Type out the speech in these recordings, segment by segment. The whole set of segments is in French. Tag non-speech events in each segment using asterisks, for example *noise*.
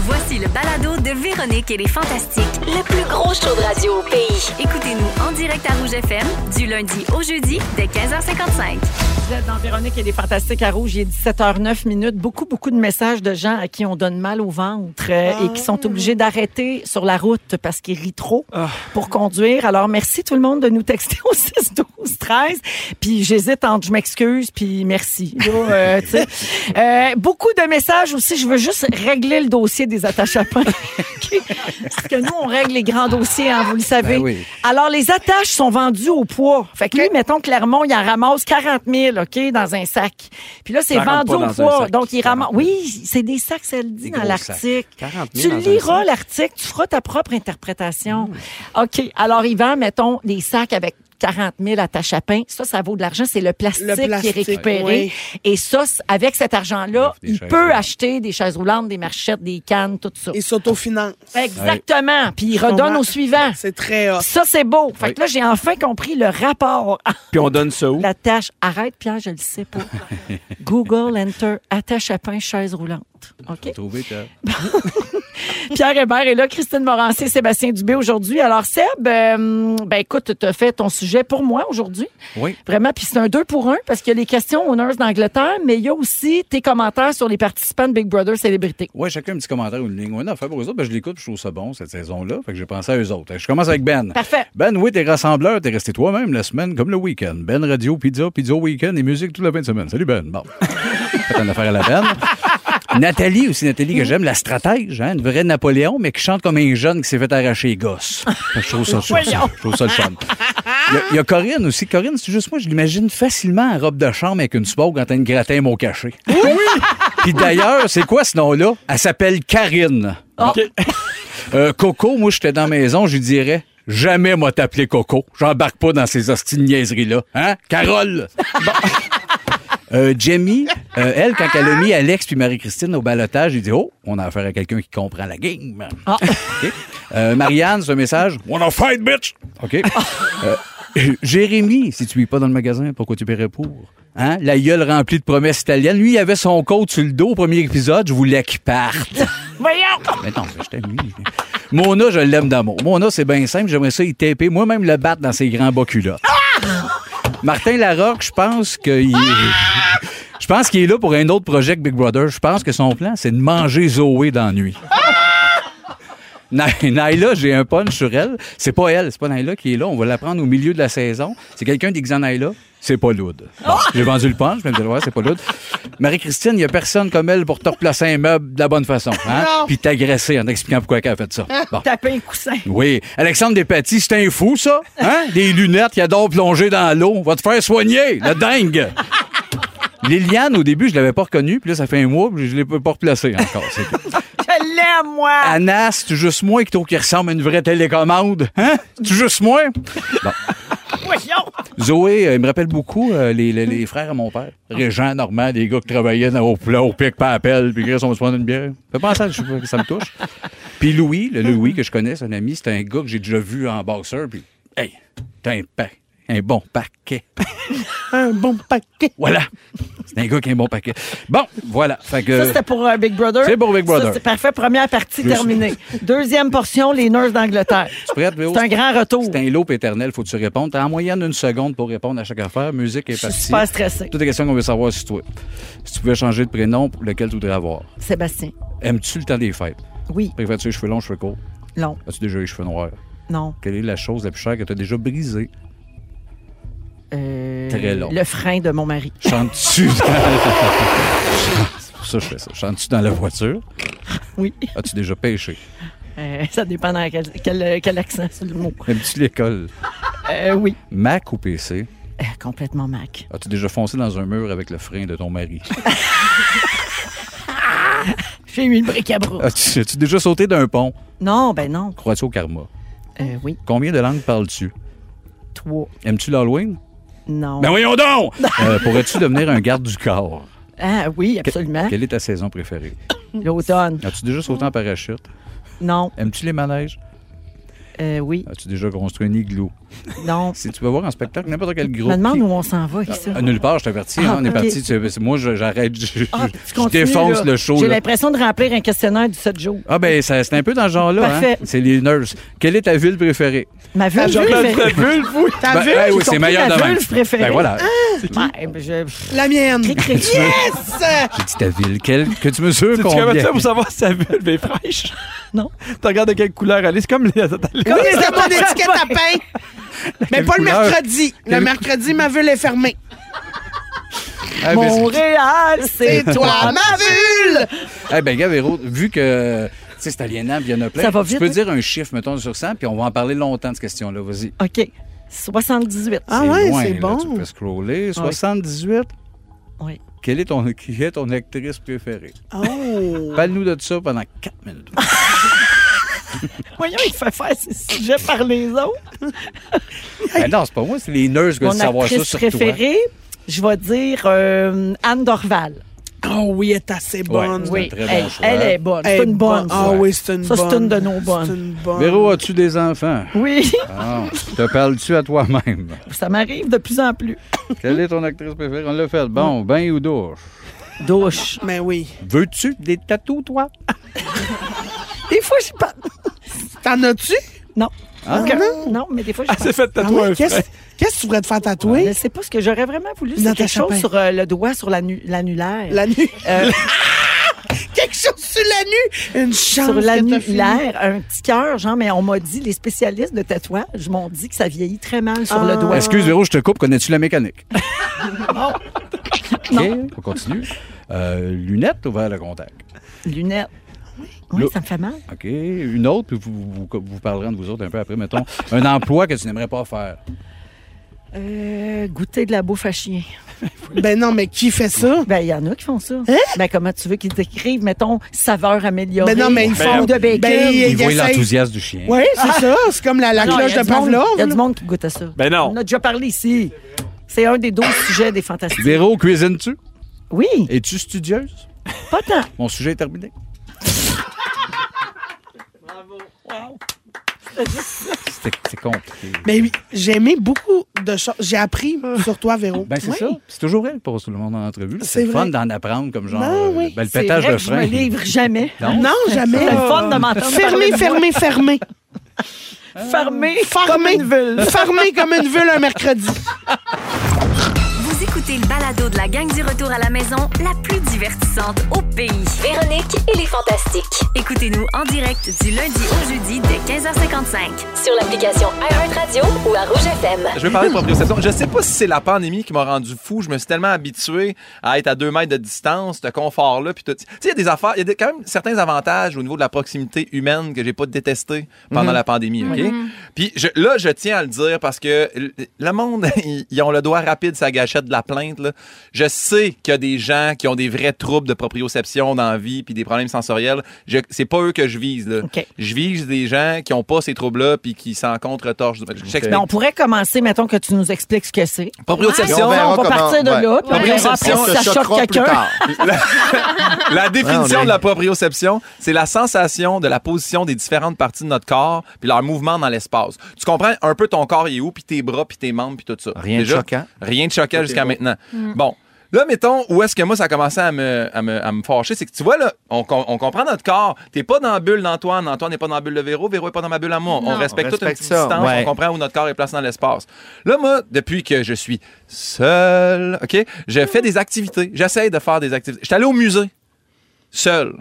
Voici le balado de Véronique et les Fantastiques. Le plus gros show de radio au pays. Écoutez-nous en direct à Rouge FM du lundi au jeudi dès 15h55. Vous êtes dans Véronique et les Fantastiques à Rouge. Il est 17h09 minutes. Beaucoup, beaucoup de messages de gens à qui on donne mal au ventre euh, et qui sont obligés d'arrêter sur la route parce qu'ils rient trop pour conduire. Alors, merci tout le monde de nous texter au 6, 12, 13. Puis j'hésite entre je m'excuse puis merci. Là, euh, tu sais. Euh, beaucoup de messages aussi. Je veux juste régler le dossier des attaches à pain. Ok. *laughs* parce que nous, on règle les grands dossiers, hein, vous le savez. Ben oui. Alors, les attaches sont vendues au poids. Fait que lui, mettons, Clermont, il en ramasse 40 000, OK, dans un sac. Puis là, c'est Ça rentre vendu pas au dans un poids. sac. Donc, il Ça ramasse. rentre pas. Oui, c'est des sacs, ça le Des dit dans gros sacs. l'article. 40 000 Tu dans un liras sac. Hmm. l'article, tu feras ta propre interprétation. OK. Alors, il vend, mettons, des sacs avec 40 000 attaches à pain. Ça, ça vaut de l'argent. C'est le plastique, Le plastique, qui est récupéré. Et ça, c- avec cet argent-là, Il offre des il chaises peut roulantes. acheter des chaises roulantes, des marchettes, des cannes, tout ça. Et s'autofinance. Exactement. Puis il redonne comprends. au suivant. C'est très euh, hot. *laughs* Ça, c'est beau. Fait que Oui. là, j'ai enfin compris le rapport Puis on donne ça où? la tâche. Arrête, Pierre, je le *laughs* sais pas. Google, enter, attache à pain, chaise roulante. OK? Trouver que... Pierre Hébert est là, Christine Morancé, Sébastien Dubé aujourd'hui. Alors, Seb, euh, ben écoute, tu as fait ton sujet pour moi aujourd'hui. Oui. Vraiment, puis c'est un deux pour un parce qu'il y a les questions aux nurses d'Angleterre, mais il y a aussi tes commentaires sur les participants de Big Brother Célébrité. Ouais, chacun un petit commentaire ou une ligne. Ouais, non, fait pour eux autres, ben, je l'écoute, puis je trouve ça bon cette saison-là. Fait que j'ai pensé à eux autres. Je commence avec Ben. Parfait. Ben, oui, t'es rassembleur, t'es resté toi-même la semaine comme le week-end. Ben Radio, pizza, pizza week-end et musique toute la fin de semaine. Salut Ben. Bon. Faites une affaire à la peine. Nathalie aussi, Nathalie que j'aime, la stratège, hein, une vraie Napoléon, mais qui chante comme un jeune qui s'est fait arracher les gosses. Fait que Je trouve ça, je trouve ça, je trouve ça le fun. Il y a- Il y, a Corinne aussi. Corinne, c'est juste moi, je l'imagine facilement en robe de chambre avec une smoke en train de gratter un mot caché. Oui! Puis d'ailleurs, c'est quoi ce nom-là? Elle s'appelle Karine. Euh, Coco, moi, j'étais dans la maison, je lui dirais. Jamais moi t'appeler Coco. J'embarque pas dans ces hosties de niaiseries-là. Hein? Carole! Bon. Euh, Jamie, euh, elle, quand elle a mis Alex puis Marie-Christine au balotage, j'ai dit Oh, on a affaire à quelqu'un qui comprend la game. *laughs* OK. Euh, Marianne, ce message Wanna fight, bitch! OK. Euh, Jérémy, si tu es pas dans le magasin, pourquoi tu paierais pour? Hein? La gueule remplie de promesses italiennes. Lui, il avait son coach sur le dos au premier épisode. Je voulais qu'il parte. Mais non, je t'aime, lui. Mona, je l'aime d'amour. Mona, c'est bien simple. J'aimerais ça y taper moi-même le battre dans ses grands bas culottes. Martin Larocque, je pense qu'il est... Je pense qu'il est là pour un autre projet que Big Brother. Je pense que son plan, c'est de manger Zoé dans la nuit. Na- Naila, j'ai un punch sur elle. C'est pas elle, c'est pas Naila qui est là. On va la prendre au milieu de la saison. C'est quelqu'un déguisé en Naila. C'est pas Loud. J'ai vendu le punch, mais me dire, ouais, c'est pas Loud. Marie-Christine, il y a personne comme elle pour te replacer un meuble de la bonne façon. Hein? Puis t'agresser en expliquant pourquoi elle a fait ça. Bon. Taper un coussin. Oui. Alexandre Despatie, c'est un fou, ça. Hein? Des lunettes, il adore plonger dans l'eau. Va te faire soigner, le dingue. Liliane, au début, je l'avais pas reconnue, puis là, ça fait un mois, puis je l'ai pas replacée encore. c'est tout. Je l'aime, moi! Ah. Anas, tu juste moi qui trouve qu'il ressemble à une vraie télécommande. Hein? Tu juste moi? Bon. Voyons! Zoé, euh, il me rappelle beaucoup euh, les, les- les frères à mon père. Régent, Normand, les gars qui travaillaient dans, au plat, au pic, pas appel, puis Chris, on se prend une bière. Fais penser à ça, je sais pas, ça me touche. Puis Louis, le Louis que je connais, c'est un ami, c'est un gars que j'ai déjà vu en boxeur, puis hey, t'as un pack. Un bon paquet. Un bon paquet. Voilà. C'est un gars qui a un bon paquet. Bon, voilà. Fait que. Ça, c'était pour euh, Big Brother. C'est pour Big Brother. Ça, c'est parfait. Première partie Je- terminée. Deuxième portion, les nurses d'Angleterre. prête, Véro? C'est un grand retour. C'est un loop éternel, faut que tu répondes. T'as en moyenne une seconde pour répondre à chaque affaire. Musique est Je suis partie. super stressée. Toutes les questions qu'on veut savoir sur toi. Si tu pouvais changer de prénom, lequel tu voudrais avoir? Sébastien. Aimes-tu le temps des fêtes? Oui, Préfères-tu les cheveux longs, cheveux courts? non, As-tu déjà eu les cheveux noirs? non. Quelle est la chose la plus chère que tu as déjà brisée? Euh, Très long. Le frein de mon mari. *laughs* Chantes-tu dans... C'est pour ça que je fais ça. Chantes-tu dans la voiture? Oui. As-tu déjà pêché? Euh, ça dépend dans quel, quel- euh, quel accent c'est le mot. Aimes-tu l'école? Euh, oui. Mac ou PC? Euh, complètement Mac. As-tu déjà foncé dans un mur avec le frein de ton mari? J'ai mis le bric-à-bras. As-tu as-tu déjà sauté d'un pont? Non, ben non. Crois-tu au karma? Euh, oui. Combien de langues parles-tu? Trois. Aimes-tu l'Halloween? Non. Ben voyons donc! Euh, Pourrais-tu devenir un garde du corps? Ah oui, absolument. Quelle est ta saison préférée? L'automne. As-tu déjà sauté en parachute? Non. Aimes-tu les manèges? Euh, oui. As-tu déjà construit un igloo? Non. Si tu vas voir un spectacle, n'importe quel Je groupe. me demande qui- où on s'en va ici. Ah, nulle part, je t'avertis. Ah, hein, on est ok. parti. tu- Moi, je- j'arrête. Je, Ah, je- tu je continues, défonce là. le show. J'ai là. l'impression de remplir un questionnaire du 7 jours. Ah, ben, ça- c'est un peu dans ce genre-là. Hein? Parfait. C'est les nurses. Quelle est ta ville préférée? Ma Ah, vulve Jean-Claude, préférée. ta vulve, oui. Ta Ben, vulve? ben oui, Ils sont c'est pris meilleur la de même. vulve préférée. Ben voilà. Ouais, ben, je... La mienne. Cric, cric. Yes! J'ai dit ta ville. Quelle, que tu mesures Tu combien? commences ça pour savoir si sa vulve est fraîche? Non. Tu regardes de quelle couleur elle est. C'est comme les. Comme les abonnés d'étiquette à pain. Mais pas le couleur? mercredi. Le Quelle- mercredi, ma vulve est fermée. Ah, ben, c'est- Montréal, c'est Et toi, ma vulve! Eh ben, gars, Véro, vu que tu sais, c'est aliénable, il y en a plein. Ça va Tu vite, peux hein? dire un chiffre, mettons, sur 100, puis on va en parler longtemps de cette question-là. Vas-y. OK. 78. Ah C'est ouais, loin, c'est là, bon. Tu peux scroller. 78. Ah Oui. Quelle est ton, qui est ton actrice préférée? Oh! Parle-nous de ça pendant 4 minutes. Voyons, il fait faire ses sujets par les autres. *laughs* Ben non, c'est pas moi, c'est les nurses qui veulent Mon savoir ça hein. actrice sur toi. préférée, je vais dire euh, Anne Dorval. Oh oui, elle est assez bonne. C'est un Oui, très bon elle, choix. elle est bonne. C'est Elle est une bonne. Ah oui, c'est une Ça, bonne. c'est une de nos bonnes. C'est une bonne. Véro, euh, as-tu des enfants? Oui, *laughs* Non. Te parles-tu à toi-même? ça m'arrive de plus en plus. Quelle est ton actrice préférée? On l'a fait. Bon, bain ou douche? Douche. Mais oui. Veux-tu des tatous, toi? Des fois, je parle. T'en as-tu? Non. Ah, Que- non, mais des fois, je Elle s'est parle. fait Ah tatouer oui, un Qu'est-ce frais. qu'est-ce que tu voudrais te faire Je tatouer? sais pas ce que j'aurais vraiment voulu. C'est Natacha quelque chose Pain. sur euh, le doigt, sur l'annu- l'annulaire. La nuit. Euh, *laughs* Quelque chose sur la nuit. Une chance sur que t'as fini. l'annulaire, un petit cœur, genre, mais on m'a dit, les spécialistes de tatouage m'ont dit que ça vieillit très mal sur Ah. le doigt. Excuse, Véro, je te coupe. Connais-tu la mécanique? *laughs* OK, on continue. Euh, lunettes ouvert le contact. Lunettes. Oui, Le- ça me fait mal. OK. Une autre, puis vous, vous, vous parlerez de vous autres un peu après, *laughs* mettons. Un emploi que tu n'aimerais pas faire. Euh, goûter de la bouffe à chien. Ben non, mais qui fait ça? Ben, il y en a qui font ça. Hein? Ben, comment tu veux qu'ils décrivent, mettons, saveur améliorée. Ben non, mais ils font- ou de bacon. ben, il ils- Il voit essaye. l'enthousiasme du chien. Oui, c'est ça. C'est comme la, la cloche Ah. y a de du monde- Pavlov. Il y a du là. monde qui goûte à ça. Ben non. On a déjà parlé ici. C'est un des douze Ah. sujets des fantastiques. Véro, cuisines-tu? Oui, Es-tu studieuse? pas tant. Mon sujet est terminé. C'était- C'est compliqué. Mais Ben oui, j'aimais beaucoup de choses. J'ai appris Ah. sur toi, Véro. Ben, c'est Oui. ça. C'est toujours elle pour tout le monde en entrevue. là. C'est C'est le fun vrai. d'en apprendre comme genre. Ben euh, oui. ben, le C'est pétage vrai de que je me frein. livre jamais. Non? Non, Ah, jamais. C'est le fun de m'entendre parler Fermé, de fermé, Fermé. fermé. Ah. Fermé. Fermé comme une vulve un mercredi. Vous écoutez le balado de la gang du retour à la maison, la plus divertissante au pays. Véronique et les Fantastiques. Écoutez-nous en direct du lundi au jeudi dès 15h55. Sur l'application iHeartRadio ou à Rouge FM. Je vais parler de proprioception. Je sais pas si c'est la pandémie qui m'a rendu fou. Je me suis tellement habitué à être à deux mètres de distance, ce confort-là, puis tout. Tu sais, il y a des affaires, il y a des- quand même certains avantages au niveau de la proximité humaine que j'ai pas détesté pendant la pandémie, OK? Puis je- là, je tiens à le dire parce que l- le monde, *laughs* ils ils ont le doigt rapide sa gâchette de la plainte, là. Je sais qu'il y a des gens qui ont des vrais troubles de proprioception dans la vie puis des problèmes sensoriels. Je, c'est pas eux que je vise, là. OK. Je vise des gens qui ont pas ces troubles-là puis qui s'en contre-torchent. Je- je t'explique. Ben, on pourrait commencer, mettons, que tu nous expliques ce que c'est. Proprioception. Puis on verra on va comment- partir de ouais. là, puis on verra après Proprioception, si ça se choque choquera plus quelqu'un. tard. la, la définition Ouais, on est- de la proprioception, c'est la sensation de la position des différentes parties de notre corps puis leur mouvement dans l'espace. Tu comprends un peu ton corps est où, puis tes bras, puis tes membres, puis tout ça. Rien de choquant. Rien de choquant jusqu'à maintenant. Bon. Là, mettons, où est-ce que moi, ça a commencé à me, à me, à me fâcher, c'est que tu vois, là, on, com- on comprend notre corps. T'es pas dans la bulle d'Antoine, Antoine n'est pas dans la bulle de Véro, Véro n'est pas dans ma bulle à moi. On respecte On toute une respecte petite ça, distance, ouais. on comprend où notre corps est placé dans l'espace. Là, moi, depuis que je suis seul, OK, je fais des activités. J'essaie de faire des activités. Je suis allé au musée, seul.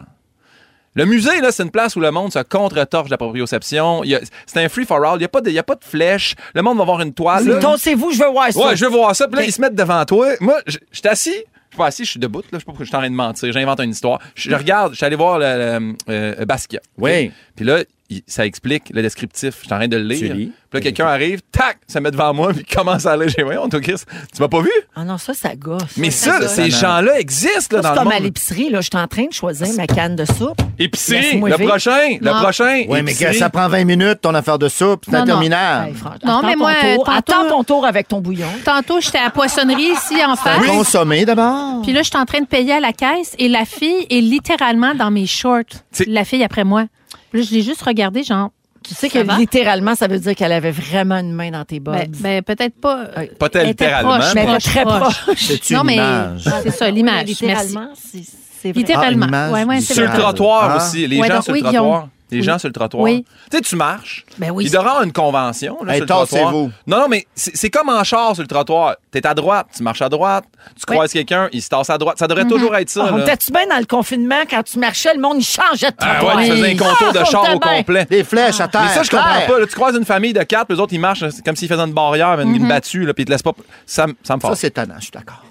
Le musée, là, c'est une place où le monde se contre-torche de la proprioception. Il y a- C'est un free-for-all. Il n'y a, pas de- il y a pas de flèche. Le monde va voir une toile. là. Tossez-vous, je veux voir ça. Ouais, je veux voir ça. Puis là, ils se mettent devant toi. Moi, je je suis assis. Je suis pas assis, je suis debout. Là. Je sais pas pourquoi je suis en train de mentir. J'invente une histoire. Je, je regarde, je suis allé voir le, le, euh, Basquiat. Oui. Puis là, il- ça explique le descriptif. Je suis en train de le lire. Tu lis. Puis là, quelqu'un arrive, tac, ça met devant moi, puis il commence à lire. J'ai dit, voyons, toi, Chris, tu m'as pas vu? Ah non, ça, ça gosse. Mais ça, là, ça. ces gens-là existent Ça, là, dans c'est le comme à monde. l'épicerie, là. Je suis en train de choisir ma canne de soupe. Épicerie, Laisse-moi le vivre. prochain, le Non. prochain. Oui, mais épicerie. que ça prend 20 minutes, ton affaire de soupe, c'est Non, non. Hey, interminable. franchement, Non, attends mais ton moi, tour. tantôt- Attends ton tour avec ton bouillon. Tantôt, j'étais à la poissonnerie ici en face. Consommer d'abord. Puis là, je suis en train de payer à la caisse et la fille est littéralement dans mes shorts. C'est- La fille après moi. Puis Là, je l'ai juste regardée, genre, Tu sais que Ça va? littéralement, ça veut dire qu'elle avait vraiment une main dans tes bottes. Ben, ben, peut-être pas. Ouais. Pas tel Elle était littéralement. proche, mais elle proche, était très proche. C'est une Non, mais image. ben, c'est ça, l'image. Merci. Littéralement, c'est- c'est vrai. Littéralement. Ah, une image ouais, ouais, du c'est Sur le vrai. Ah. trottoir Ah. aussi. Les Ouais, gens donc, sur le oui, trottoir. Guillaume. Les Oui. gens sur le trottoir. Oui. Tu sais, tu marches. Ben oui. Il devrait y avoir une convention. Là, Hey, sur le trottoir. tassez-vous. Non, non, mais c'est c'est comme en char sur le trottoir. T'es à droite, tu marches à droite, tu croises quelqu'un, il se tasse à droite. Ça Mhm. devrait toujours être Ah, ça. On là. était-tu Oh, bien dans le confinement quand tu marchais, le monde, il changeait de Ah trottoir. ouais, tu faisais un contour de Ah, char au on était complet. Des flèches à terre. Mais ça, je comprends clair. pas. là. tu croises une famille de quatre, puis les autres, ils marchent c'est comme s'ils faisaient une barrière, mais Mhm. une battue, là, puis ils te laissent pas. Ça, me- ça me Ça, passe. c'est étonnant, je suis d'accord.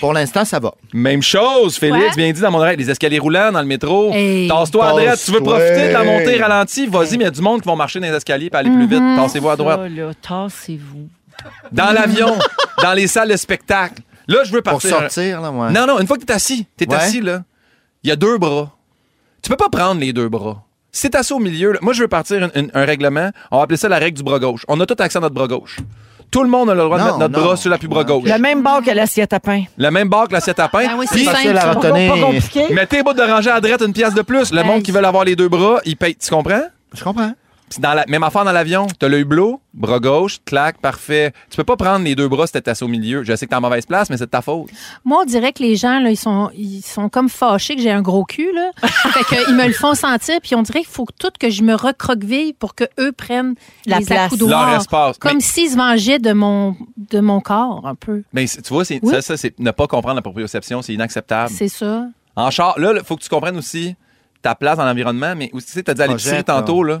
pour l'instant, ça va. Même chose, Félix, Ouais. bien dit dans mon oreille. Les escaliers roulants dans le métro. Hey. Tasse-toi à droite. Tu veux Tasse-toi. profiter de la montée ralentie? Vas-y, mais il y a du monde qui vont marcher dans les escaliers pour aller plus Mm-hmm. vite. Tassez-vous à bien. droite. Ça, là, tassez-vous. Dans *laughs* l'avion, dans les salles de spectacle. Là, je veux Pour partir. sortir, là, ouais. Non, non, une fois que t'es assis, t'es Ouais. assis, là, il y a deux bras. Tu peux pas prendre les deux bras. Si t'es assis au milieu, là, moi, je veux partir une- une- un règlement. On va appeler ça la règle du bras gauche. On a tout accès à notre bras gauche. Tout le monde a le droit Non, de mettre notre non. bras sur la plus bras Ouais. gauche. Le même bord que l'assiette à pain. Le même bord que l'assiette à pain. Ah oui, c'est Puis, ça. Facile à Pas, com- pas retenir. compliqué. mettez les bouts de rangée à droite une pièce de plus. Le Hey. monde qui veut avoir les deux bras, il paye. Tu comprends? Je comprends. Puis dans la, même affaire dans l'avion, t'as le hublot, bras gauche, claque, parfait. Tu peux pas prendre les deux bras si t'es assis au milieu. Je sais que t'es en mauvaise place, mais c'est de ta faute. Moi, on dirait que les gens, là, ils sont, ils sont comme fâchés que j'ai un gros cul, *laughs* là. fait que, ils me le font sentir, puis on dirait qu'il faut que tout que je me recroqueville pour que eux prennent La les place. accoudoirs. Leur espace. Comme Mais- s'ils se vengeaient de mon, de mon corps, un peu. Mais c'est- tu vois, c'est- Oui. ça, ça, c'est ne pas comprendre la proprioception, c'est inacceptable. C'est ça. En char, là, il faut que tu comprennes aussi ta place dans l'environnement, mais aussi, tu sais, t'as dit à l'épicerie Projette, tantôt, là.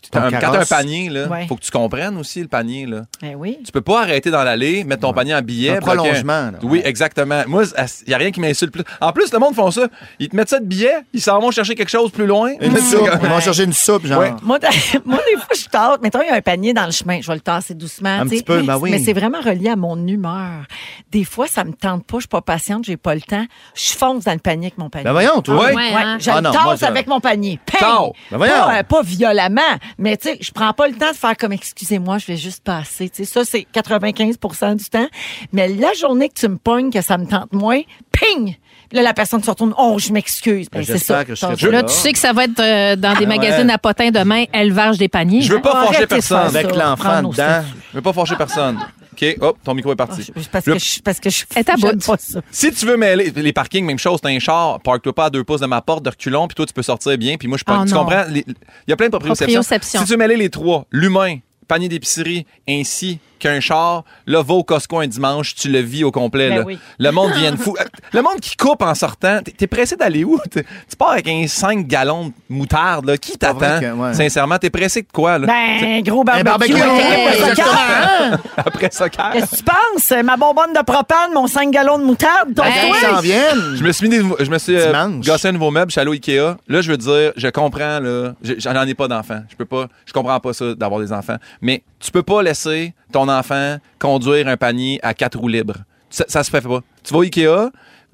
tu- Ton t'as un- quand t'as un carrosse. panier, là, Ouais. faut que tu comprennes aussi le panier, là. Ben oui. Tu peux pas arrêter dans l'allée, mettre ton panier en billets. Un bloquer prolongement, là. Oui, exactement. Moi, il y a rien qui m'insulte plus. En plus, le monde font ça. Ils te mettent ça de billets, ils s'en vont chercher quelque chose plus loin. Une Mais soupe. *laughs* c'est- Ils vont chercher une soupe, genre. Ouais. Moi, *laughs* moi, des fois, je tasse. Mettons, il y a un panier dans le chemin. Je vais le tasser doucement. Un tu sais. petit peu, ben oui. Mais c'est vraiment relié à mon humeur. Des fois, ça me tente pas. Je suis pas patiente. J'ai pas le temps. Je fonce dans le panier avec mon panier. Ben voyons, toi. Ouais. Ouais, Ouais, hein? je Ah le non, tasse moi, je- avec mon panier. Ping! Tasse! Ben voyons. Pas, euh, pas violemment, mais tu sais, je prends pas le temps de faire comme excusez-moi, je vais juste passer. Tu sais, ça c'est 95% du temps, mais la journée que tu me pognes que ça me tente moins, ping. Puis Là la personne se retourne, oh, je m'excuse. Ben, Ben, c'est j'espère ça. que je serai Tasse- pas Là, Ah. tu sais que ça va être euh, dans des Ah ouais. magazines à potins demain, élevage des paniers. Je veux hein? pas Arrêtez forger de faire personne. ça. Avec Prends l'enfant nos dedans. Je veux pas forger personne. OK, hop, ton micro est parti. Ah, je- parce Le- que je parce que je Elle est à j'aime bout. pas ça. Si tu veux mêler les parkings, même chose, t'as un char, parque-toi pas à deux pouces de ma porte de reculons, puis toi tu peux sortir bien, puis moi je peux. Ah, tu non. comprends? Les- Il y a plein de proprioceptions. Proprioception. Si tu veux mêler les trois, l'humain, panier d'épicerie, ainsi qu'un char, là, va au Costco un dimanche, tu le vis au complet. Ben là. oui. Le monde vient de fou. Euh, Le monde qui coupe en sortant, t'es t'es pressé d'aller où? T'es- Tu pars avec un 5 gallons de moutarde, là. qui pas t'attend? vrai que- ouais. Sincèrement, t'es pressé de quoi? Là? Ben gros Un barbecue. barbecue. Ouais, Après ça, exactement. *laughs* Après ça, car- Qu'est-ce que tu penses Ma bonbonne de propane, mon 5 gallons de moutarde, ton Ben, Ils toi? s'en viennent. Je me suis mis des, je me suis euh, Dimanche. gossé un nouveau meuble, je suis allé au Ikea. Là, je veux dire, je comprends, là. je- J'en ai pas d'enfant. Je peux pas, je comprends pas ça d'avoir des enfants. Mais tu peux pas laisser ton enfant conduire un panier à quatre roues libres. Ça, ça se fait pas. Tu vas au Ikea,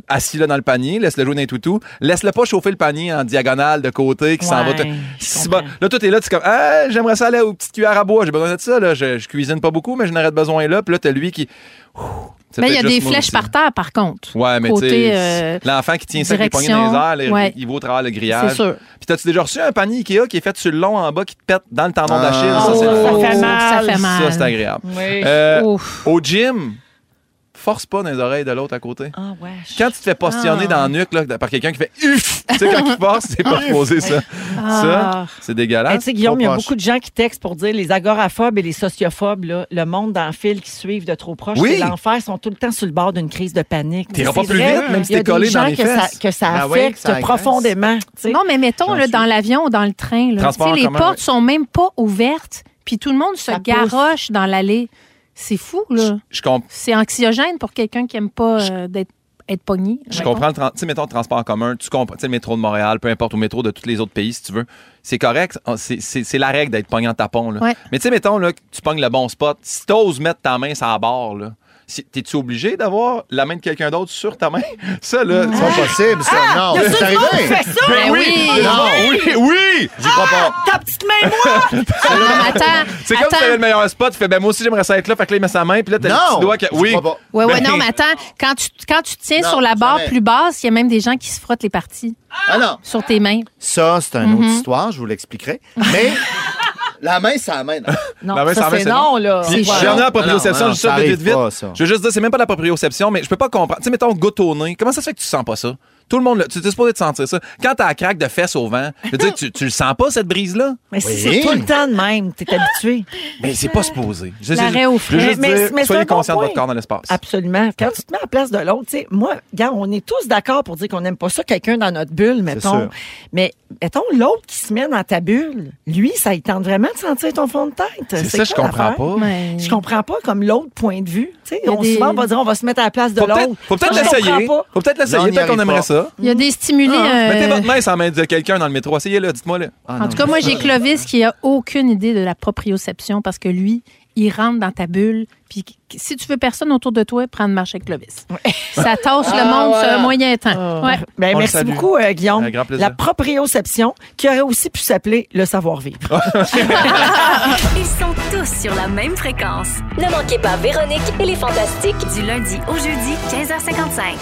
assis là dans le panier, laisse-le jouer dans les toutous, laisse-le pas chauffer le panier en diagonale de côté qui s'en va. Ouais, te- je Si comprends. bon- Là, tout est là, tu es comme, ah, j'aimerais ça aller aux petites cuillères à bois, j'ai besoin de ça, là. Je, je cuisine pas beaucoup, mais je n'aurais besoin là. Puis là, t'as lui qui. Ouh, c'est Mais il y a peut-être des juste moi flèches aussi. par terre, par contre. Ouais, mais tu Côté, sais, euh, l'enfant qui tient ça avec les poignées direction, dans les airs, là, ouais. il va au travers le grillage. C'est sûr. Puis t'as-tu déjà reçu un panier Ikea qui est fait sur le long en bas qui te pète dans le tendon Ah. d'Achille? Ça, Oh, c'est le fun. ça fait Ça mal. fait mal. Ça, c'est agréable. Oui. Euh, Ouf. au gym, force pas dans les oreilles de l'autre à côté. Ah ouais. je- Quand tu te fais postionner Ah. dans le nuque là, par quelqu'un qui fait *laughs* UF! Tu sais, quand il force, c'est pas posé ça. Ça, Ah. c'est Hey, dégueulasse. tu sais, Guillaume, trop il y a proche. beaucoup de gens qui textent pour dire les agoraphobes et les sociophobes, là, le monde dans le fil qui suivent de trop proche, Oui. c'est l'enfer, ils sont tout le temps sur le bord d'une crise de panique. T'iras Mais pas c'est plus vrai, vite, même il si y a t'es collé des dans gens les que ça, fesses. que ça Ben affecte oui, ça agresse. profondément. tu sais. Non, mais mettons, J'en là, suis. dans l'avion ou dans le train, là, tu Transport sais, en les commun, portes ouais. sont même pas ouvertes, puis tout le monde se Ça pousse. garoche dans l'allée. C'est fou, là. Je comprends. C'est anxiogène pour quelqu'un qui aime pas euh, d'être être pogné. Je mettons. comprends le, tran- tu sais, mettons, le transport en commun, tu comprends, tu sais, le métro de Montréal, peu importe, ou le métro de tous les autres pays, si tu veux. C'est correct, on- c'est- c'est c'est la règle d'être pogné en tapon. Là. Ouais. Mais tu sais, mettons, là, que tu pognes le bon spot, si t'oses mettre ta main sur la barre, là, si- t'es-tu obligé d'avoir la main de quelqu'un d'autre sur ta main? *laughs* Ça, là, tu C'est vas pas possible, ça. non, Il y a c'est tout le monde qui arrivé. fait ça! Ben oui! *laughs* Non, oui, oui! J'y crois pas. Ta petite main, moi! Ah, non, mais attends, *laughs* C'est comme si t'avais le attends. meilleur spot, tu fais, ben moi aussi j'aimerais ça être là, fait que là, il met sa main, puis là, t'as le Non, petit doigt que. j'y Oui! crois pas. Ouais, ouais, Ben- non, mais attends, quand tu, quand tu tiens Non, sur la barre jamais. plus basse, il y a même des gens qui se frottent les parties Ah non. sur tes mains. Mhm. Ça, c'est une autre histoire, je vous l'expliquerai. Mais La main, c'est la main. non. Non, La main, ça, ça, c'est c'est non, Oh, là. Puis, C'est j'en ai Non, en proprioception, non, je dis ça ça vite, vite, arrive vite. pas, ça. Je veux juste dire, c'est même pas la proprioception, mais je peux pas comprendre. Tu sais, mettons, goutte au nez. Comment ça se fait que tu sens pas ça? Tout le monde, le- tu t'es supposé de sentir ça. Quand t'as la craque de fesses au vent, je veux dire, tu, tu le sens pas, cette brise-là? Mais c'est Oui. ça, tout le temps de même. T'es habitué. Mais c'est pas supposé. Je- je- L'arrêt je veux au frais. juste Mais- dire, mais c'est un soyez bon conscient de votre point. corps dans l'espace. Absolument. Quand tu te mets à la place de l'autre, tu sais, moi, gars, on est tous d'accord pour dire qu'on n'aime pas ça, quelqu'un dans notre bulle, mettons. sûr. Mais, mettons, l'autre qui se met dans ta bulle, lui, ça il tente vraiment de sentir ton fond de tête. C'est ça, je quoi comprends l'affaire? pas. Mais- Je comprends pas comme l'autre point de vue. Tu sais, y a on des- souvent on va dire on va se mettre à la place de Faut l'autre. peut-être faut Ça, peut-être je l'essayer. comprends pas. Faut peut-être l'essayer. Non, on y Peut-être qu'on arrive aimerait pas. ça. Il y a des stimulés. euh, Mettez votre main sur la main de quelqu'un dans le métro. Essayez-le, dites-moi le. Ah, En non, tout cas, moi, j'ai Clovis qui a aucune idée de la proprioception parce que lui, il rentre dans ta bulle. Puis qu- si tu veux personne autour de toi, prends une marche avec Clovis. Ça tasse Ah, le monde sur un moyen temps. Ouais. Ben, On le merci salue. beaucoup, euh, Guillaume. Un grand plaisir. la proprioception, qui aurait aussi pu s'appeler le savoir-vivre. Ils sont tous sur la même fréquence. Ne manquez pas Véronique et les Fantastiques. Du lundi au jeudi, 15h55.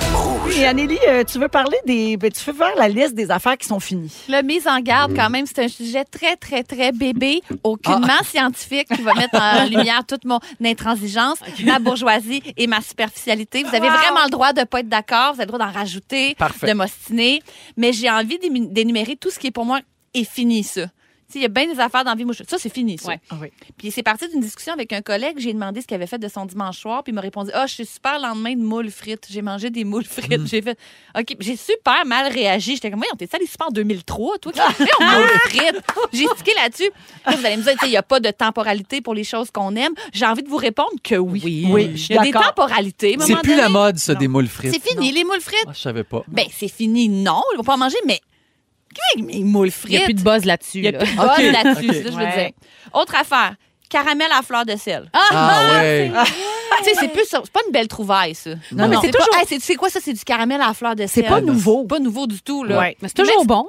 Et Anélie, euh, tu veux parler des. ben, tu veux faire la liste des affaires qui sont finies. La mise en garde, Mm. quand même, c'est un sujet très, très, très bébé, aucunement Ah. scientifique, qui va mettre *laughs* en lumière toute mon intransigeance, ma bourgeoisie et ma superficialité. Vous avez vraiment le droit de ne pas être d'accord, vous avez le droit d'en rajouter, Parfait. de m'ostiner, mais j'ai envie d'émi- d'énumérer tout ce qui est pour moi est fini, ça. Tu sais, Il y a bien des affaires dans la vie. Moi, je- Ça, c'est fini, ça. Ah Puis c'est parti d'une discussion avec un collègue. J'ai demandé ce qu'il avait fait de son dimanche soir. Puis il m'a répondu Ah, je suis super le lendemain de moules frites. J'ai mangé des moules frites. J'ai fait OK. J'ai super mal réagi. J'étais comme Voyons, t'es allé super en 2003, toi, qui fait moules frites. J'ai stické là-dessus. Là, vous allez me dire Tu sais, Il n'y a pas de temporalité pour les choses qu'on aime. J'ai envie de vous répondre que oui. Oui. Oui, je suis Il y a des d'accord. temporalités. à un C'est moment plus la donné. mode, ça, des moules frites. C'est fini, les moules frites. Ah, je savais pas. Ben, c'est fini, non. Ils vont pas en manger, mais. Qu'est-ce que mes moules Il y a frites? plus de buzz là-dessus. Il y a *laughs* plus de bonne là-dessus, c'est ça que je veux Ouais. dire. Autre affaire, caramel à fleur de sel. Ah, ouais. ah, Tu sais, c'est plus ça. C'est pas une belle trouvaille, ça. Non, Non, mais c'est pas- toujours- Hey, c'est- tu sais quoi, ça, c'est du caramel à fleur de sel. C'est pas nouveau. C'est pas nouveau du tout, là. Ouais. Mais c'est toujours bon.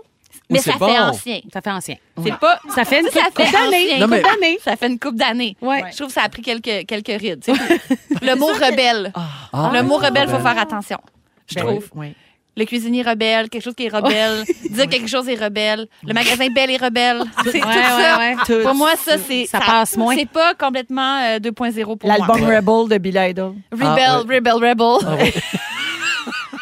Mais Ou c'est ça bon. fait ancien. Ça fait ancien. C'est pas. Ça fait une Ça, ça coupe- fait coupe d'années. ancien. Non, mais- Coupe d'années. Ça fait une coupe d'années. Ouais. Je trouve que ça a pris quelques, quelques rides. *laughs* c'est tout. Le mot rebelle. Ah, Le mot rebelle, faut rebelle. faire attention. Je Ben, trouve. oui. Le cuisinier rebelle, quelque chose qui est rebelle, dire quelque chose est rebelle, le magasin Belle est rebelle. C'est tout Ouais, ça. ouais, ouais. Tout- Pour moi, ça, c'est. Ça passe moins. C'est pas complètement euh, 2.0 pour moi. L'album Rebel de Billy Idol. Rebel, rebel, rebel. *laughs*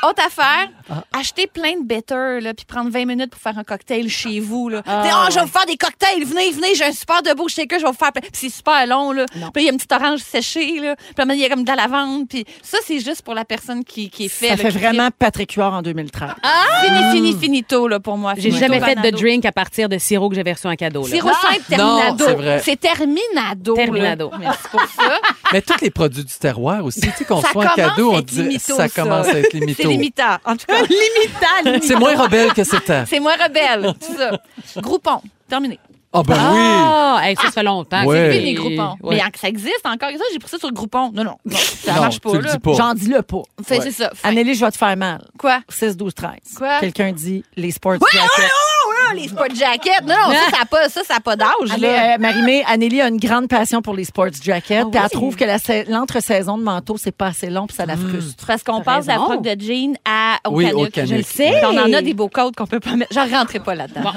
Autre affaire, acheter plein de better, là, puis prendre 20 minutes pour faire un cocktail chez vous. Là. Dire, oh, je vais vous faire des cocktails, venez, venez, j'ai un super de beau shaker, je vais vous faire. plein. Puis c'est super long, là. Puis là, il y a une petite orange séchée, là. Puis là, il y a comme de la lavande. Puis ça, c'est juste pour la personne qui, qui est fait. Ça là, fait qui vraiment Patrick Huard en 2013. tripe. Fini, fini, finito, là, pour moi. J'ai Finito, jamais fait de banado. drink à partir de sirop que j'avais reçu en cadeau. là. Sirop simple, Non, terminado. c'est vrai. C'est terminado. là. Terminado. Merci pour ça. Mais tous les produits du terroir aussi, tu sais, qu'on Ça soit commence en cadeau, à on être dit limito, ça ça. commence à être C'est limito. limitant. En tout *laughs* cas, limitant. C'est moins rebelle que c'était. C'est moins rebelle, tout ça. Groupon, terminé. Ah, ben oui. Ah, hey, ça, ça fait longtemps. Ouais. C'est fini, Groupon. Ouais. Mais ça existe encore. Ça, j'ai pris ça sur Groupon. Non, non, non, ça Non, marche pas. tu le là. dis pas. J'en dis le pas. Fait, C'est ça. Fait- Anneli, je vais te faire mal. Quoi? 6, 12, 13. Quoi? Quelqu'un dit les sports Ouais, jackets. ouais, ouais, ouais, les sport jackets. Non, non, ça, ça n'a pas, ça, ça a pas d'âge. Allez, là. euh, Marie-Mé, Anneli a une grande passion pour les sports jackets. puis Elle trouve que la sa- l'entre-saison de manteau, c'est pas assez long, puis ça la frustre. Parce qu'on passe la raison. proc de jean à, au Oui, canuc. au canuc. Je le sais. Puis On en a des beaux codes qu'on peut pas mettre. J'en rentrerai pas là-dedans. *laughs*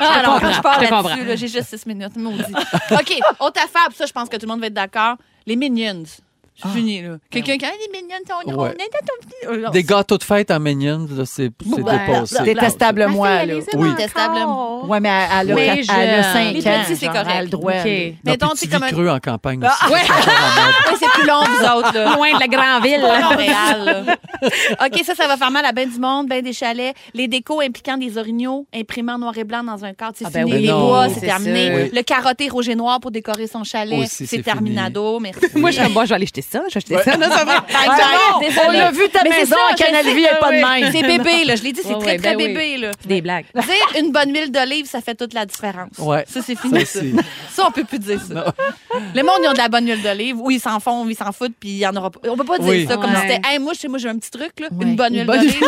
Ah, non, quand je pars je te là-dessus, comprends. là, j'ai juste six minutes. Maudit. OK, autre affaire, puis ça, je pense que tout le monde va être d'accord. Les Minions. Ah. C'est fini, Ben là. Quelqu'un qui a des Minions, on, on Ouais. est dans ton petit- Oh, Des gâteaux de fête en minions, là, c'est c'est ben, dépassé. Détestable, moi. Là. Oui. Détestable. Ouais, mais elle, elle a, Oui, quatre- je- elle a Les 5 ans. petits, c'est genre, correct. Elle a le droit. OK. Non, Mettons, puis c'est tu vis comme un- creux en campagne aussi. Ah, ouais. Ouais, c'est plus long, vous autres, là. Loin de la grande ville. Pas Montréal, là. OK, ça, ça va faire mal à ben du monde, ben des chalets. Les décos impliquant des orignaux, imprimés en noir et blanc dans un cadre, c'est Ah, ben fini. oui, les non, bois, c'est c'est terminé. ça. Le carotté rouge et noir pour décorer son chalet, Aussi, c'est c'est terminado. Merci. Moi, je serais bon, je vais aller jeter ça. Je vais jeter *laughs* ça. Non, ça va. Bang, Ah, bang, non, désolée. on l'a vu, ta Mais c'est maison à ça, Canal je Vie, sais elle est pas de que- même. C'est bébé, là. Je l'ai dit, c'est Ouais, très, ouais, très ben oui. bébé, là. Des blagues. Dire une bonne huile d'olive, ça fait toute la différence. Ouais. Ça, c'est fini. Ça, Ça, ça. c'est- on peut plus dire ça. Le monde, ils ont de la bonne huile d'olive. Oui, ils s'en font, ils s'en foutent, puis il y en aura pas. On peut pas dire Oui. ça comme Ouais. si c'était, hey, moi, chez moi, j'ai un petit truc, là. Ouais. Une bonne Une huile bonne d'olive.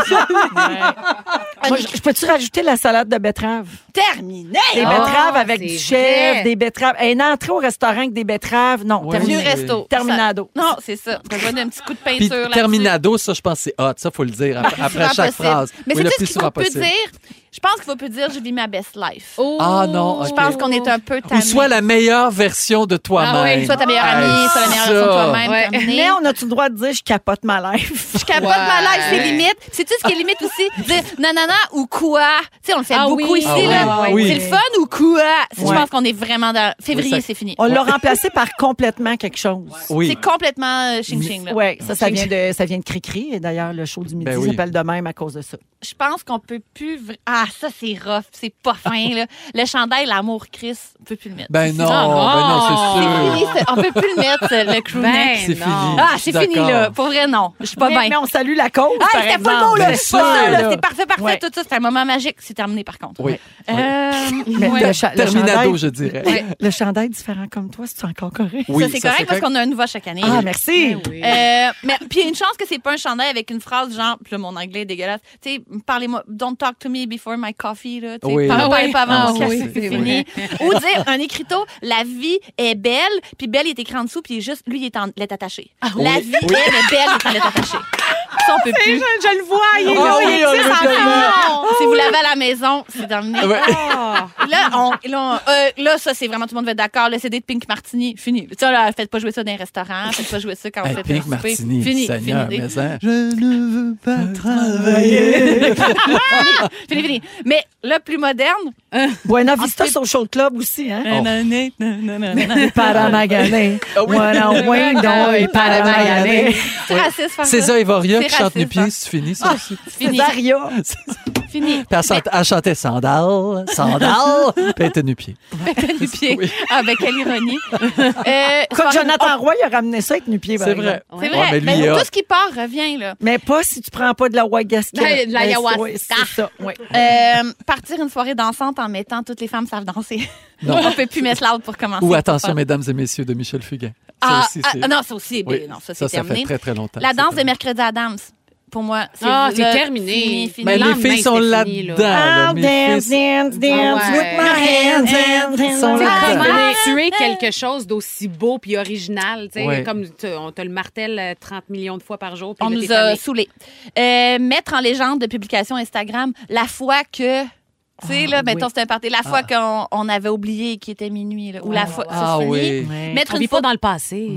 Moi, je je peux-tu rajouter la salade de betterave? Terminé! Des Ah, betteraves avec c'est du chèvre, vrai. des betteraves. Une entrée au restaurant avec des betteraves. Non, Ouais. Vieux terminé. resto. Terminado. Ça- non, c'est ça. Ça donne un petit coup de Puis peinture là Terminado, ça, je pense, c'est hot. Ça, faut le dire après, après chaque phrase. Mais Oui, le c'est plus tout ce qu'on souvent peut possible. dire. Je pense qu'il faut plus dire je vis ma best life. Oh. Ah non, Je ok. pense qu'on est un peu tanné. Ou soit la meilleure version de toi-même. Ah oui, soit ta meilleure amie, soit la meilleure version de toi-même. Ouais. terminé. Mais on a-tu le droit de dire je capote ma life? Je capote ma life, c'est limite. C'est-tu ce qui est limite aussi? Dire nanana ou quoi? Tu sais, on le fait Ah beaucoup oui. ici, Ah oui. là. Ah oui. C'est le fun ou quoi? Je Ouais. pense qu'on est vraiment dans. Février, Oui, ça- c'est fini. *laughs* Ah On l'a remplacé par complètement quelque chose. C'est complètement euh, ching-ching, là. Oui, ça, ça vient de, ça vient de Cricri. Et d'ailleurs, le show du midi Ben oui. s'appelle de même à cause de ça. Je pense qu'on peut plus. vra- Ah, ça, c'est rough. C'est pas fin, là. Le chandail, l'amour, Chris, on peut plus le mettre. Ben C'est non, fini. ben non, c'est sûr. C'est fini, c'est- on peut plus le mettre, le crew Ben neck. C'est fini. Ah, Je suis c'est fini, d'accord. là. Pour vrai, non. Je suis pas Mais- bien. mais on salue la cause. Ah, par c'était pas le mot, exemple. là. Bien C'est pas sûr, ça, là. là. C'était parfait, parfait, Ouais. tout ça. C'était un moment magique. C'est terminé, par contre. Oui. Euh, *laughs* Mais ouais. le cha- le Terminado, chandail- je dirais. Ouais. Le chandail différent comme toi, c'est encore correct. Oui, ça, c'est correct parce qu'on a un nouveau chaque année. Ah, merci. Oui. Euh, mais puis une chance que c'est pas un chandail avec une phrase genre puis là mon anglais est dégueulasse. Tu sais parlez-moi don't talk to me before my coffee là, tu sais Oui. parle- Ah parlez oui. pas avant Ah mon café, oui, c'est c'est fini. Ou dire un écriteau la vie est belle puis belle il est écrit en dessous puis il est juste lui il est en lettre attachée. La vie est mais belle il est en lettre attachée. Ça on peut Je, plus. je le vois, il est Ah là, oui, il est on tire le en voit avant. Si vous l'avez à la maison, c'est dans le nez. Oh! Là, on, là, on- euh, là, ça, c'est vraiment tout le monde va être d'accord. Le CD de Pink Martini, fini. Ça, là, faites pas jouer ça dans les restaurants. Faites pas jouer ça quand vous Hey, faites Pink un souper. Martini, Fini, Seigneur, fini. mais hein, je ne veux pas travailler. Fini, fini. Mais le plus moderne. Buena Vista Social Club aussi, hein? *laughs* C'est Paramagané. Voilà, oui, non, et Paramagané. raciste, faire ça. César Evoria C'est qui chante raciste, nu hein. pieds, c'est fini ça aussi. Fini. Daria. *laughs* Fini. Puis elle, chante- elle chantait sandales, *laughs* sandales, puis elle était nu pieds. Pète du pied. Ah, ben, quelle ironie. *laughs* Euh, Comme soirée- Jonathan Roy, il a ramené ça avec nu pieds. par C'est exemple. vrai. C'est Ouais, vrai. mais lui, Ben, il a- tout ce qui part revient, là. Mais pas si tu prends pas de la Wagaska. De- de la ayahuasca. c'est ça, oui. Euh, partir une soirée dansante en mettant toutes les femmes savent danser. *laughs* Non. On peut plus mettre l'autre pour commencer. Ou Attention, mesdames et messieurs, de Michel Fugain. Ça Ah, aussi, ah, c'est- non, ça aussi, ben, oui, non, ça, ça, c'est ça fait terminé. très, très longtemps. La C'est danse de terminé. Mercredi Adams, pour moi, c'est Ah, là, c'est terminé. Ben, Fini, fini. Mais Le les lendemain, filles sont c'était fini, là-dedans. Ah, là. Ah, I'll Mes ben, dance, filles- dance, dance Ah ouais. with my hands, hands, hands. Ah, Sont C'est Ah, là. comment Ouais. tuer quelque chose d'aussi beau puis original, tu sais, Ouais. comme tu- on te le martèle euh, 30 millions de fois par jour. puis On là, nous t'es a tanné. saoulés. Euh, mettre en légende de publication Instagram la fois que. Tu sais, Ah, là, mettons, c'était un party. La fois qu'on on avait oublié qu'il était minuit, là, ou la fois. ça, Ah c'est fini. oui. Ouais. Mettre on une vit photo- pas dans le passé.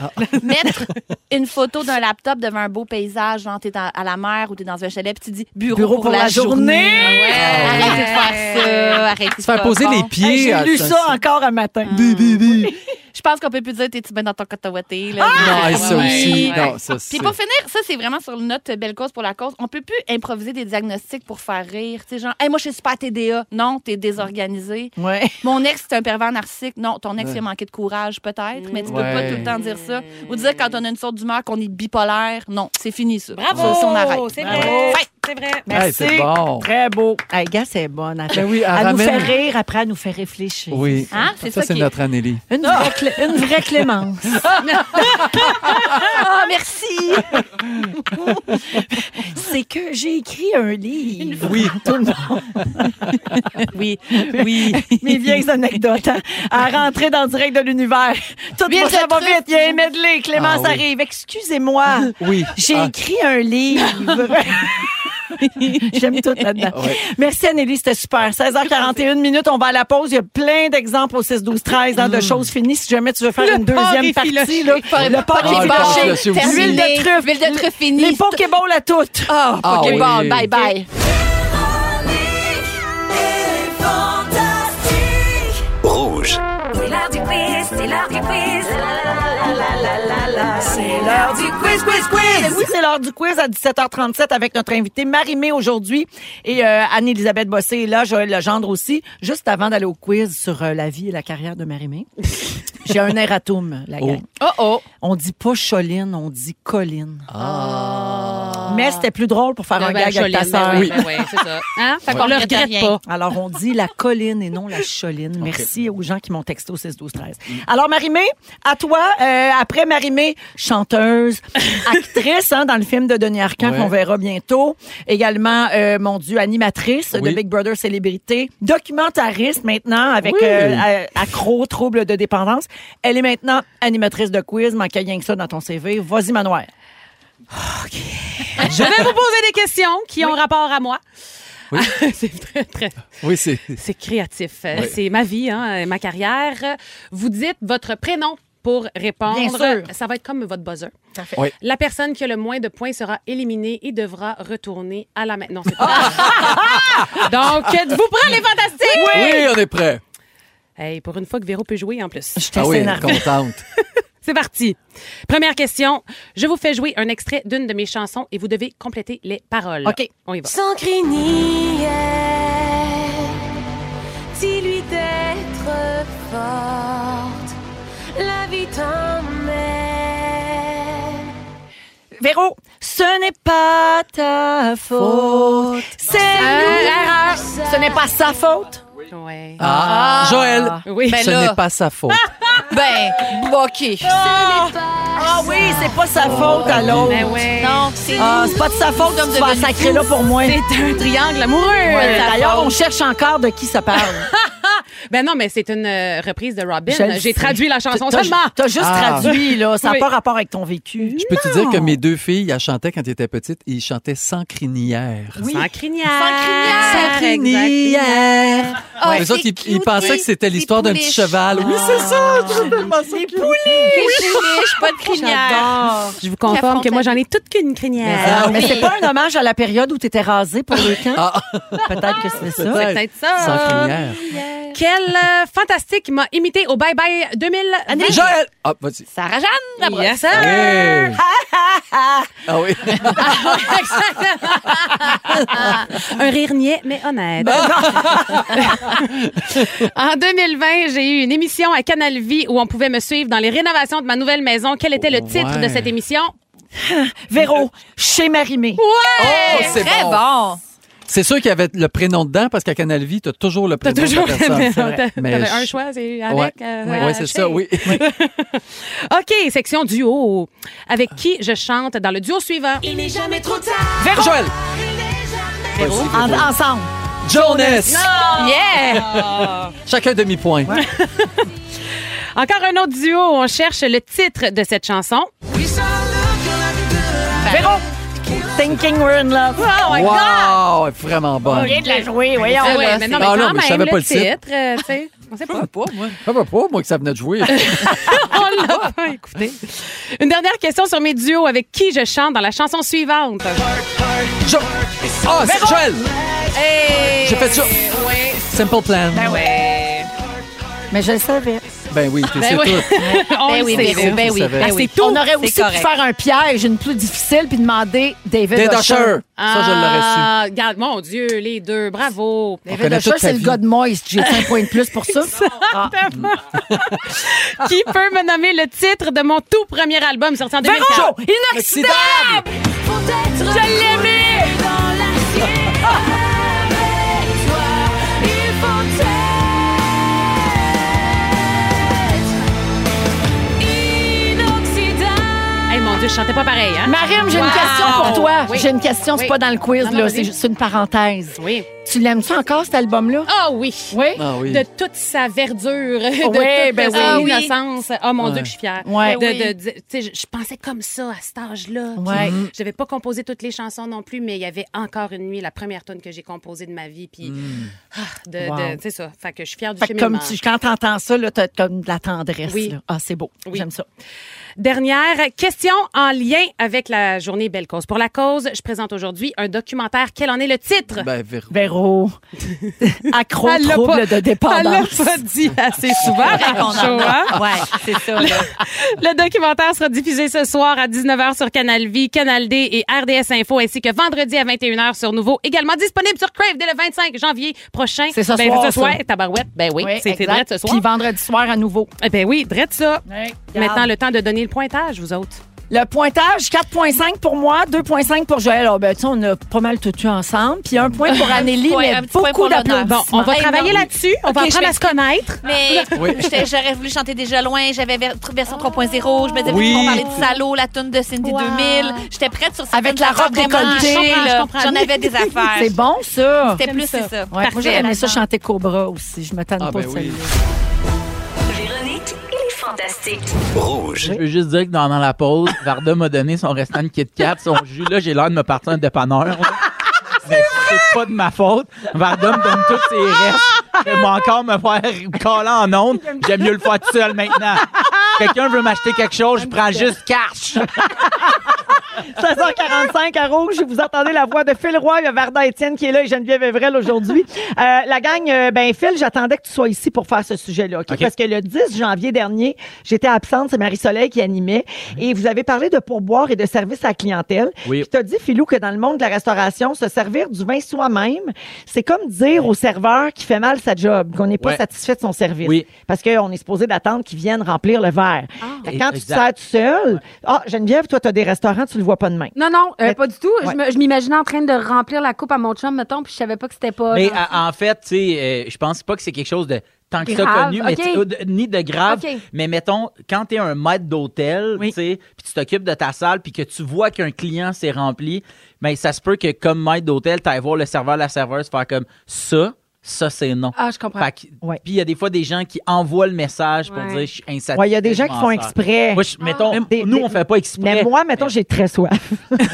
*laughs* Mettre une photo d'un laptop devant un beau paysage, genre, t'es à à la mer ou t'es dans un chalet, puis tu dis bureau, Bureau pour, la, journée. Ouais. Arrêtez de faire ça. Arrêtez de Ah, Se faire poser les pieds. Hey, J'ai ah, lu ça, ça encore un matin. Je pense qu'on peut plus dire t'es-tu bien dans ton cotawaté, là. Non, Ouais, et Ah, ça ouais, aussi. ouais. Non, ça, c'est... Puis pour finir, ça, c'est vraiment sur une note euh, belle cause pour la cause. On peut plus improviser des diagnostics pour faire rire. Tu sais, genre, hey, moi, je suis super TDA. Non, t'es désorganisé. Ouais. Mon ex, c'est un pervers narcissique. Non, ton ex, il a manqué de courage, peut-être, mais tu peux pas Ouais. tout le temps dire ça. Ou dire quand on a une sorte d'humeur qu'on est bipolaire. Non, c'est fini, ça. Bravo! Ça, ça, on arrête. C'est Bravo. vrai. C'est vrai. Hey, Merci. c'est bon. Très beau. Hey, gars, c'est bonne. Elle, fait- Ben oui, elle elle nous fait ramène- rire, après, elle nous fait réfléchir. Oui. Hein, c'est Ça, ça c'est qui- notre Anneli. Une, vraie clé- une vraie *laughs* clémence. Ah, merci! C'est que j'ai écrit un livre. Oui. Oui, oui. Mes vieilles anecdotes. hein. À rentrer dans le direct de l'univers. Tout Vite, va, ça le va truc. vite. Il y a un medley. Clémence Ah oui. arrive. Excusez-moi. Oui. J'ai Ah, écrit un livre. J'aime tout là-dedans. Ouais. Merci, Anneli, c'était super. 16h41 minutes, on va à la pause. Il y a plein d'exemples au 6-12-13 hein, de choses finies. Si jamais tu veux faire une deuxième partie, là, le porc Ah, est le porc fâché. effiloché aussi. l'huile de truffe. L'huile de truffe finie. Les pokéballs à toutes. Oh, Ah, Pokéball, oui. bye bye. C'est l'heure du quiz, c'est l'heure du quiz. C'est l'heure du quiz, quiz, quiz. Oui, c'est l'heure du quiz à 17h37 avec notre invitée Marie-Mé aujourd'hui et euh, Anne-Élisabeth Bossé est là, Joël Legendre aussi. Juste avant d'aller au quiz sur euh, la vie et la carrière de Marie-Mé, j'ai un erratum, la gang. Oh oh. On dit pas Choline, on dit Colline. Mais c'était plus drôle pour faire un Ben, gag avec ta Ah. Choline, ben sœur. oui, ben oui, c'est *laughs* ça. Hein? Fait qu'on le regrette pas. Alors, on dit la colline et non la choline. Merci aux gens qui m'ont texté au 6 12 13 Alors, Marimé, à toi. euh, après Marimé, chanteuse, actrice hein, dans le film de Denis Arcand Ouais. qu'on verra bientôt. Également, euh, mon Dieu, animatrice de Oui. Big Brother Célébrité. Documentariste maintenant avec Oui. euh, a- accro, trouble de dépendance. Elle est maintenant animatrice de quiz. Manque rien que ça dans ton CV. Vas-y, Manoir. Je vais vous poser des questions qui ont rapport à moi. c'est très, très. Oui, c'est. C'est créatif. Euh, Oui. C'est ma vie, hein, euh, ma carrière. Vous dites votre prénom pour répondre. Bien sûr. Ça va être comme votre buzzer. Parfait. Oui. La personne qui a le moins de points sera éliminée et devra retourner à la main. Non, *laughs* c'est pas *laughs* Donc, êtes-vous prêts, les fantastiques? Oui, on est prêts. Hey, pour une fois que Véro peut jouer en plus. Je Ah oui, contente. *laughs* C'est parti. Première question. Je vous fais jouer un extrait d'une de mes chansons et vous devez compléter les paroles. OK. On y va. Sancrini, dis-lui d'être forte, la vie t'emmène. Véro, ce n'est pas ta faute. Ah. C'est nous. erreur. Ce n'est pas sa faute. Ouais. Ah, Joël, Oui. Ben ce n'est pas sa faute. Ben, OK. Ah oui, c'est pas sa faute à l'autre. Ben ouais. Non, c'est ah, c'est pas de sa faute comme tu vas sacrer là pour moi. C'est un triangle amoureux. Ouais, Ta D'ailleurs, faute. on cherche encore de qui ça parle. *laughs* Ben non, mais c'est une euh, reprise de Robin. Je le sais. J'ai traduit la chanson T'as- t'as- seulement. T'as juste Ah. traduit, là. Ça n'a Oui. pas rapport avec ton vécu. Je peux te dire que mes deux filles, elles chantaient quand elles étaient petites et ils chantaient sans crinière. Sans crinière. Sans crinière. Ah, les autres, ils, ils pensaient que c'était l'histoire d'un petit cheval. Oui, c'est ça. je trouve tellement ça cute. *laughs* Ah, pas de crinière. J'adore. Je vous confirme que moi, j'en ai toute qu'une crinière. Ah, Mais oui. c'est pas un hommage à la période où tu étais rasé pour le camp? Ah. Peut-être que c'est ça. *laughs* C'est peut-être ça. Sans crinière. Quel euh, fantastique m'a imité au Bye Bye 2000. Joël! Ah, vas-y. Sarah Jeanne, la Yes, brosse. Hey. Ah oui. Un rire niais, mais honnête. en 2020, j'ai eu une émission à Canal Vie où on pouvait me suivre dans les rénovations de ma nouvelle maison. Quel était le titre Ouais. de cette émission? Véro, chez Marimé. Oh, c'est Très bon. bon. C'est sûr qu'il y avait le prénom dedans parce qu'à Canal Vie, t'as toujours le T'as prénom toujours de la personne. T'as- Mais t'avais je- un choix, c'est avec. Ouais. euh, Ouais, ouais, c'est avec. ça, oui. *laughs* OK, section duo. Avec qui je chante dans le duo suivant? Il n'est jamais trop tard. Véro. Joël, Véro. En- ensemble. Jonas, Yeah! chacun demi-point. Encore un autre duo. On cherche le titre de cette chanson. Véro, Thinking We're in Love. Oh my God! wow, elle est vraiment bonne. de la jouer, voyons. Ah ouais, ouais, mais c'est- non, mais Ah quand non, mais même, je savais pas le titre. euh, tu sais, on sait pas. pas, moi. Ça va pas, moi, que ça venait de jouer. On l'a pas écouté. Une dernière question sur mes duos. Avec qui je chante dans la chanson suivante? Jo- Ah, c'est Joël! J'ai fait ça. Simple Plan. Ben, Mais je le savais. Ah, oui, t'es Ben *laughs* c'est oui. tout. on Ben le oui, sait. Ah, Véro, ben oui. Ben Ben oui. oui. tout. On aurait C'est aussi pu correct. faire un piège, une plus difficile, puis demander David Dead Usher. Usher. Ça, je l'aurais su. Ah, regarde, mon Dieu, les deux, bravo. David connaît Usher, toute ta c'est le vie. gars de Moist. J'ai 5 points de plus pour *laughs* ça. Ah. Qui peut me nommer le titre de mon tout premier album sorti en 2004? Véro, Inoxydable! inoxydable! Je l'aimais! Hey, mon Dieu, je chantais pas pareil. Hein? Marim, j'ai une Wow! question pour toi. Oui. J'ai une question, c'est Oui. pas dans le quiz, Non, non, là. vas-y. C'est juste une parenthèse. Oui. Tu l'aimes-tu encore, cet album-là? Ah oui. Oui? Ah oui. De toute sa verdure, de Ouais, toute ben son oui. innocence. Ah, mon Ouais. Dieu, que je suis fière. Ouais. De- Ben de- de- tu sais, je- je pensais comme ça à cet âge-là. Ouais. Puis, J'avais pas composé toutes les chansons non plus, mais il y avait encore une nuit, la première tonne que j'ai composée de ma vie. Puis, ah, de, Hmm. Wow. de- tu sais ça. Fait que je suis fière du Fait que comme cheminement. tu, quand t'entends ça, là, t'as comme de la tendresse. Oui. là. Ah, c'est beau. Oui. J'aime ça. Dernière question en lien avec la journée Belle Cause. Pour la cause, je présente aujourd'hui un documentaire. Quel en est le titre? Ben, Véro. *laughs* Véro, accro Elle l'a trouble pas- de dépendance. Elle l'a pas dit *laughs* assez souvent. Show, hein? Ouais, c'est ça. là. Le documentaire sera diffusé ce soir à 19h sur Canal Vie, Canal D et RDS Info, ainsi que vendredi à 21h sur Nouveau, également disponible sur Crave dès le 25 janvier prochain. C'est ce ben, soir, Ce soir, ça. tabarouette. Ben oui, Ouais, c'était exact. drette ce soir. Puis vendredi soir à nouveau. Eh Ben oui, drette ça. Maintenant, Maintenant, le... le temps de donner le pointage, vous autres. le pointage, 4,5 pour moi, 2,5 pour Joël. Ah, ben, tu sais, on a pas mal tout eu ensemble. Puis un *laughs* point pour Anélie, Ouais, mais un petit point beaucoup pour l'honneur. d'applaudissements. Bon, on va Hey, travailler non. là-dessus. On va Ok, je apprendre vais- à se connaître. Mais Ah. Oui. *laughs* j'étais- j'aurais voulu chanter déjà loin. J'avais ver- version Ah. 3.0. Je me disais, Oui. on parlait de salaud, la tune de Cindy 2000. J'étais prête sur certaines Avec la affaires robe vraiment décolletée, chill, je là. comprends, je J'en comprends. avais *laughs* des affaires. C'est bon, ça. C'était plus, ça. c'est ça. Ouais, moi, Parfait. j'aurais aimé ça chanter Cobra aussi. Je me tanne Ah, pas ben de oui. celle-là. Véronique et les Fantastiques. Je veux juste dire que pendant la pause, Varda m'a donné son restant de Kit Kat, son jus. Là, j'ai l'air de me partir un dépanneur. là. mais c'est pas de ma faute. Vardom donne tous ses restes. Je vais encore me faire coller en ondes. J'aime mieux le faire tout seul maintenant. Quelqu'un veut m'acheter quelque chose, je prends juste cash. 16h45 à Rouge, vous entendez la voix de Phil Roy, il y a Varda Étienne qui est là et Geneviève Evrel aujourd'hui. Euh, la gang, euh, ben Phil, j'attendais que tu sois ici pour faire ce sujet-là, ok? Ok. parce que le 10 janvier dernier, j'étais absente, c'est Marie-Soleil qui animait, et vous avez parlé de pourboire et de service à la clientèle. Oui. Je t'ai dit, Philou, que dans le monde de la restauration, se servir du vin soi-même, c'est comme dire au serveur qui fait mal sa job, qu'on n'est pas Ouais. satisfait de son service, Oui. parce qu'on est supposé d'attendre qu'il vienne remplir le verre. Ah. Fait que quand tu te sers Exact. tout seul, ah, Geneviève, toi, tu as des restaurants, tu le vois pas de main. Non, non, euh, Mais- pas du tout. Je Ouais. me- Je m'imaginais en train de remplir la coupe à mon chum, mettons, puis je savais pas que c'était pas. Mais dans- à- en fait, tu sais, euh, je pense pas que c'est quelque chose de tant que ça Grave, connu, mais ok. tu- ou de- ni de grave. Ok. Mais mettons, quand tu es un maître d'hôtel, tu sais, puis tu t'occupes de ta salle, puis que tu vois qu'un client s'est rempli, mais ça se peut que comme maître d'hôtel, tu ailles voir le serveur, la serveuse faire comme ça. Ça, c'est non. Ah, je comprends. Fait que- Puis il y a des fois des gens qui envoient le message pour Ouais. dire je suis insatisfait. Ouais, il y a des gens je qui m'en font sers. exprès. Moi, je- mettons, nous, on fait pas exprès. Mais moi, mettons, j'ai très soif.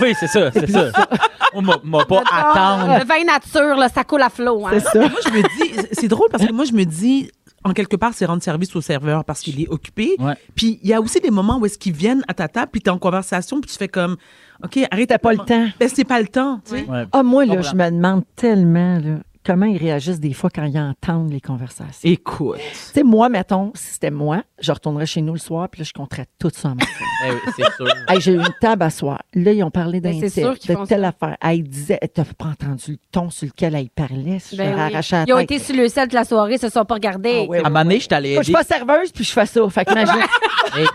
oui, c'est ça, c'est ça. *laughs* On m'a- m'a pas attendre. Le vin nature, là, ça coule à flot. hein. Moi, je me dis, c'est drôle parce que moi, je me dis, en quelque part, c'est rendre service au serveur parce qu'il est occupé. Puis il y a aussi des moments où est-ce qu'ils viennent à ta table, puis t'es en conversation, puis tu fais comme, OK, arrête. T'as pas le temps. Ben, c'est pas le temps, tu sais. Ah, moi, là, Comprends. je me demande tellement là, comment ils réagissent des fois quand ils entendent les conversations. Écoute. Tu sais, moi, mettons, si c'était moi, je retournerais chez nous le soir, puis là, je compterais tout ça en même temps. Eh oui, c'est sûr. *laughs* Hey, j'ai eu une table à soir. Là, ils ont parlé d'un Ben, c'est tel, sûr qu'ils de font telle affaire. Elle disait, t'as pas entendu le ton sur lequel elle parlait. Je Ben leur oui. arrachais la Ils ont tête. Ah, été sur le sel de la soirée, ils se sont pas regardés. À un moment donné, je suis allé Je suis aider- pas serveuse, puis je fais ça. Fait que imagine. Hey,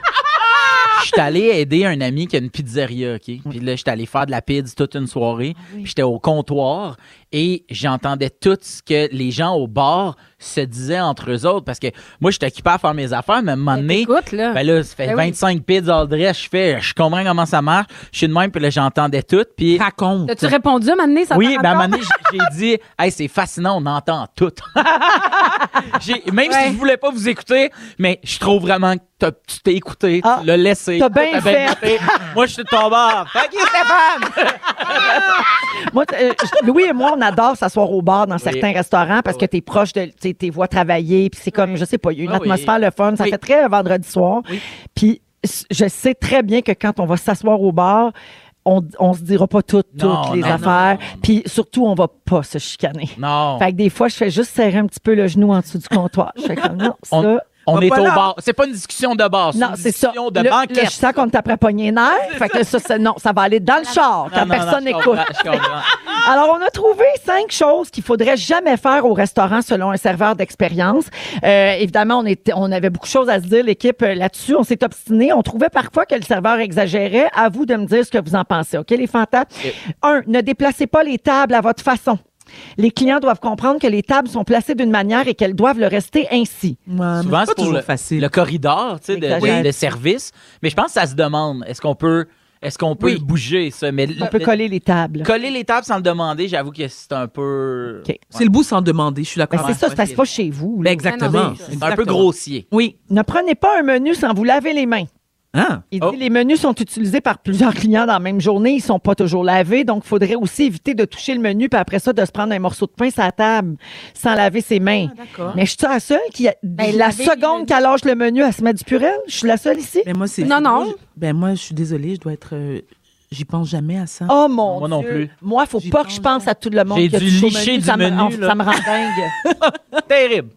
Je suis allé aider un ami qui a une pizzeria, OK? Puis là, j'étais allé faire de la pizza toute une soirée. Ah Puis j'étais au comptoir et j'entendais tout ce que les gens au bar se disaient entre eux autres. Parce que moi, j'étais occupé à faire mes affaires, mais à un moment donné, là. ben là, ça fait Ben oui. 25 pizzas all dress. Je fais, je comprends comment ça marche. Je suis de même, puis là, j'entendais tout. Puis... Raconte. As-tu répondu à un moment donné, ça Oui, t'a ben, à un encore? moment donné, j'ai j'ai dit, hey, c'est fascinant, on entend tout. *laughs* J'ai- même si je voulais pas vous écouter, mais je trouve vraiment que t'as- tu t'es écouté, Ah. tu l'as laissé. Ben, t'as bien fait. écouté. Moi, je suis tombé en. Fuck you, Stéphane! *laughs* Moi, t- euh, je- Louis et moi, on adore s'asseoir au bar dans certains restaurants parce que t'es proche de, tu sais, t'es vois travailler, puis c'est comme, je sais pas, il y a une Ah oui. atmosphère le fun, ça fait très euh, vendredi soir. Puis s- je sais très bien que quand on va s'asseoir au bar, on, on se dira pas toutes, toutes Non, les non, affaires, puis surtout, on va pas se chicaner. Non. Fait que des fois, je fais juste serrer un petit peu le genou en dessous du comptoir. Je fais comme, non, On, ça, on va est pas au là. bar. C'est pas une discussion de bar, c'est Non, une c'est ça. discussion de Là- banquette. là, je sens qu'on t'a prépogné nerf. Fait que ça, c'est- non, ça va aller dans le char quand Non, non, non, personne je n'écoute. comprends, je *laughs* comprends. Alors, on a trouvé cinq choses qu'il faudrait jamais faire au restaurant selon un serveur d'expérience. Euh, évidemment, on, était, on avait beaucoup de choses à se dire, l'équipe, euh, là-dessus. On s'est obstiné. On trouvait parfois que le serveur exagérait. À vous de me dire ce que vous en pensez, OK, les fantasmes? Un, ne déplacez pas les tables à votre façon. Les clients doivent comprendre que les tables sont placées d'une manière et qu'elles doivent le rester ainsi. Souvent, c'est pour le, le corridor tu sais, de, Exagère. de- de service. Mais je pense que ça se demande. Est-ce qu'on peut, est-ce qu'on peut Oui. bouger ça? Mais On peut coller les tables. Coller les tables sans le demander, j'avoue que c'est un peu. C'est le bout sans demander, je suis Ben, d'accord. Ben, c'est ça, ça se passe chez vous. là. Ben exactement. C'est un peu grossier. Oui. Ne prenez pas un menu sans vous laver les mains. Hein? Il Oh. dit, les menus sont utilisés par plusieurs clients dans la même journée. Ils sont pas toujours lavés. Donc, il faudrait aussi éviter de toucher le menu, puis après ça, de se prendre un morceau de pain sur la table sans laver ses mains. Ah, d'accord. Mais je suis la seule qui, a- la laver les seconde qu'elle lâche le menu, elle se met du purel. Je suis la seule ici. Mais Ben, moi, c'est. Non, non. moi, je- Ben, moi, je suis désolée, je dois être. euh, J'y pense jamais à ça. Oh mon Dieu. Moi, faut pas que je pense à tout le monde. J'ai qui a dû touché au licher du ça me- menu, en- là. ça me rend dingue. Terrible.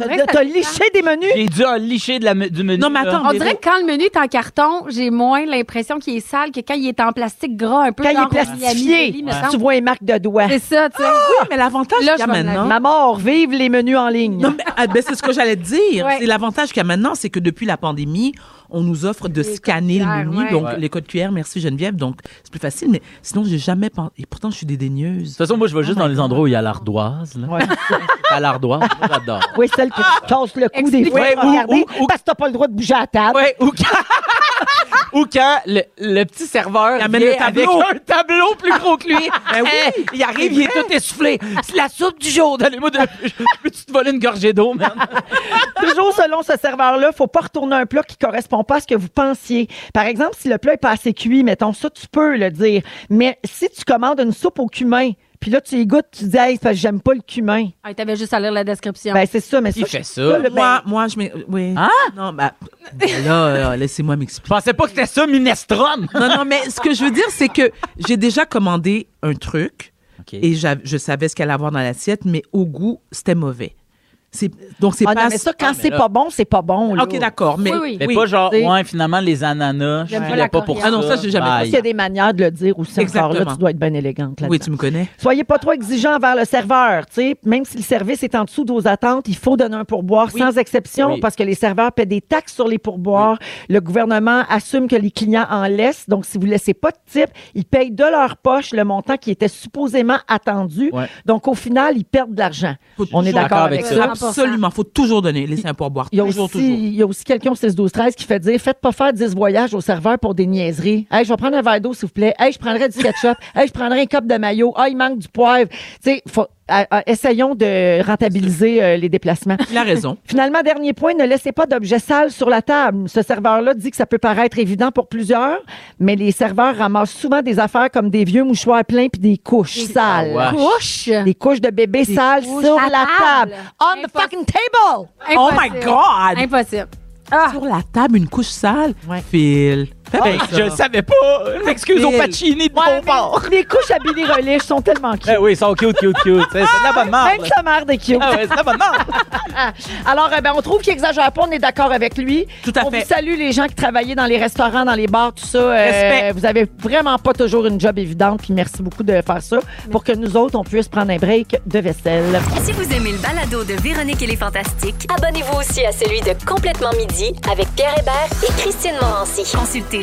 T'as t'as liché des menus? J'ai dû en licher de la, me- du menu. là. on dirait que quand le menu est en carton, j'ai moins l'impression qu'il est sale que quand il est en plastique gras un peu. Quand il genre est plastifié, Miami, me tu semble. vois les marques de doigts. Ah, C'est ça, tu sais. oui, mais l'avantage Là, qu'il y a je vais me laver. maintenant. Ma mort, vive les menus en ligne. Non, mais ah, ben, c'est ce que j'allais te dire. Ouais. C'est l'avantage qu'il y a maintenant, c'est que depuis la pandémie, on nous offre de scanner le cuillères, menu, ouais. donc Ouais. les codes QR, merci Geneviève, donc c'est plus facile, mais sinon, j'ai jamais pensé. Et pourtant, je suis dédaigneuse. De toute façon, moi, je vais juste dans les endroits où il y a l'ardoise. là. à l'ardoise, moi, j'adore. Oui, celle que tu tasses le cou des fois, Ouais, pour ou- regarder, parce que t'as pas le droit de bouger à la table. ou Ou quand *laughs* le, le petit serveur amène vient le tableau. Ben avec un tableau plus gros *laughs* que lui. Eh, *laughs* il arrive, il est tout essoufflé. Ah, C'est la soupe du jour. Donnez-moi de... Je peux-tu te voler une gorgée d'eau, man? Toujours selon ce serveur-là, faut pas retourner un plat qui correspond pas à ce que vous pensiez. Par exemple, si le plat est pas assez cuit, mettons ça, tu peux le dire. Mais si tu commandes une soupe au cumin, puis Puis là, tu y goûtes, tu dis, hey, c'est parce que j'aime pas le cumin. Ah, t'avais juste à lire la description. Ben, c'est ça, mais Qui ça, fait c'est ça? le- Moi, moi, Ah, je mets. Oui. Hein? Non, ben. Là, là, laissez-moi m'expliquer. Je pensais pas que c'était ça, Minestron. Non, non, mais ce que je veux dire, c'est que j'ai déjà commandé un truc et j'a- je savais ce qu'elle allait avoir dans l'assiette, mais au goût, c'était mauvais. C'est- Donc, c'est Ah pas. non, mais ça, quand c'est pas bon, c'est pas Ah, bon. là. OK, d'accord. Mais, Mais pas genre, ouais, finalement, les ananas, je J'aime pas filais la pas pour ça. coriandre. Ah non, ça, j'ai jamais Bye. Il y a des manières de le dire aussi. Encore là, Exactement. tu dois être bien élégante. Oui, tu me connais. Soyez pas trop exigeant envers le serveur. tu sais. Même si le service est en dessous de vos attentes, il faut donner un pourboire sans exception Oui. parce que les serveurs paient des taxes sur les pourboires. Le gouvernement assume que les clients en laissent. Donc, si vous laissez pas de type, ils payent de leur poche le montant qui était supposément attendu. Ouais. Donc, au final, ils perdent de l'argent. On est d'accord avec ça. Absolument. faut toujours donner. Laisser un pourboire. Il y a Toujours, aussi, toujours. il y a aussi quelqu'un au 6-12-13 qui fait dire Faites pas faire 10 voyages au serveur pour des niaiseries. Hey, je vais prendre un verre d'eau, s'il vous plaît. Hey, je prendrai du *laughs* ketchup. hey, je prendrai un cop de maillot. Ah, il manque du poivre. Tu sais, faut- ah, ah, essayons de rentabiliser euh, les déplacements. Il a raison. *laughs* Finalement, dernier point, ne laissez pas d'objets sales sur la table. Ce serveur-là dit que ça peut paraître évident pour plusieurs, mais les serveurs ramassent souvent des affaires comme des vieux mouchoirs pleins puis des couches sales. Ah, wesh. Couches? Des couches de bébés Des sales couches sur à la table. table. On the fucking table! Oh my God! Impossible. Sur la table, une couche sale. Phil. fais Oh, Hey, pas ça. je le savais pas. Excuse au Phil. Pacini de Ouais, mon bord. mais Les couches à Billy Relish sont tellement cute. Eh oui, ils sont cute, cute, cute. C'est de la bonne marde. Même sa mère des cute. Ah ouais, c'est de la bonne marde. *laughs* Alors, eh ben, on trouve qu'il exagère pas, on est d'accord avec lui. Tout à on fait. vous salue les gens qui travaillaient dans les restaurants, dans les bars, tout ça. Euh, Respect. vous avez vraiment pas toujours une job évidente, puis merci beaucoup de faire ça pour que nous autres, on puisse prendre un break de vaisselle. Si vous aimez le balado de Véronique et les Fantastiques, abonnez-vous aussi à celui de Complètement Midi avec Pierre Hébert et Christine Morancy. Consultez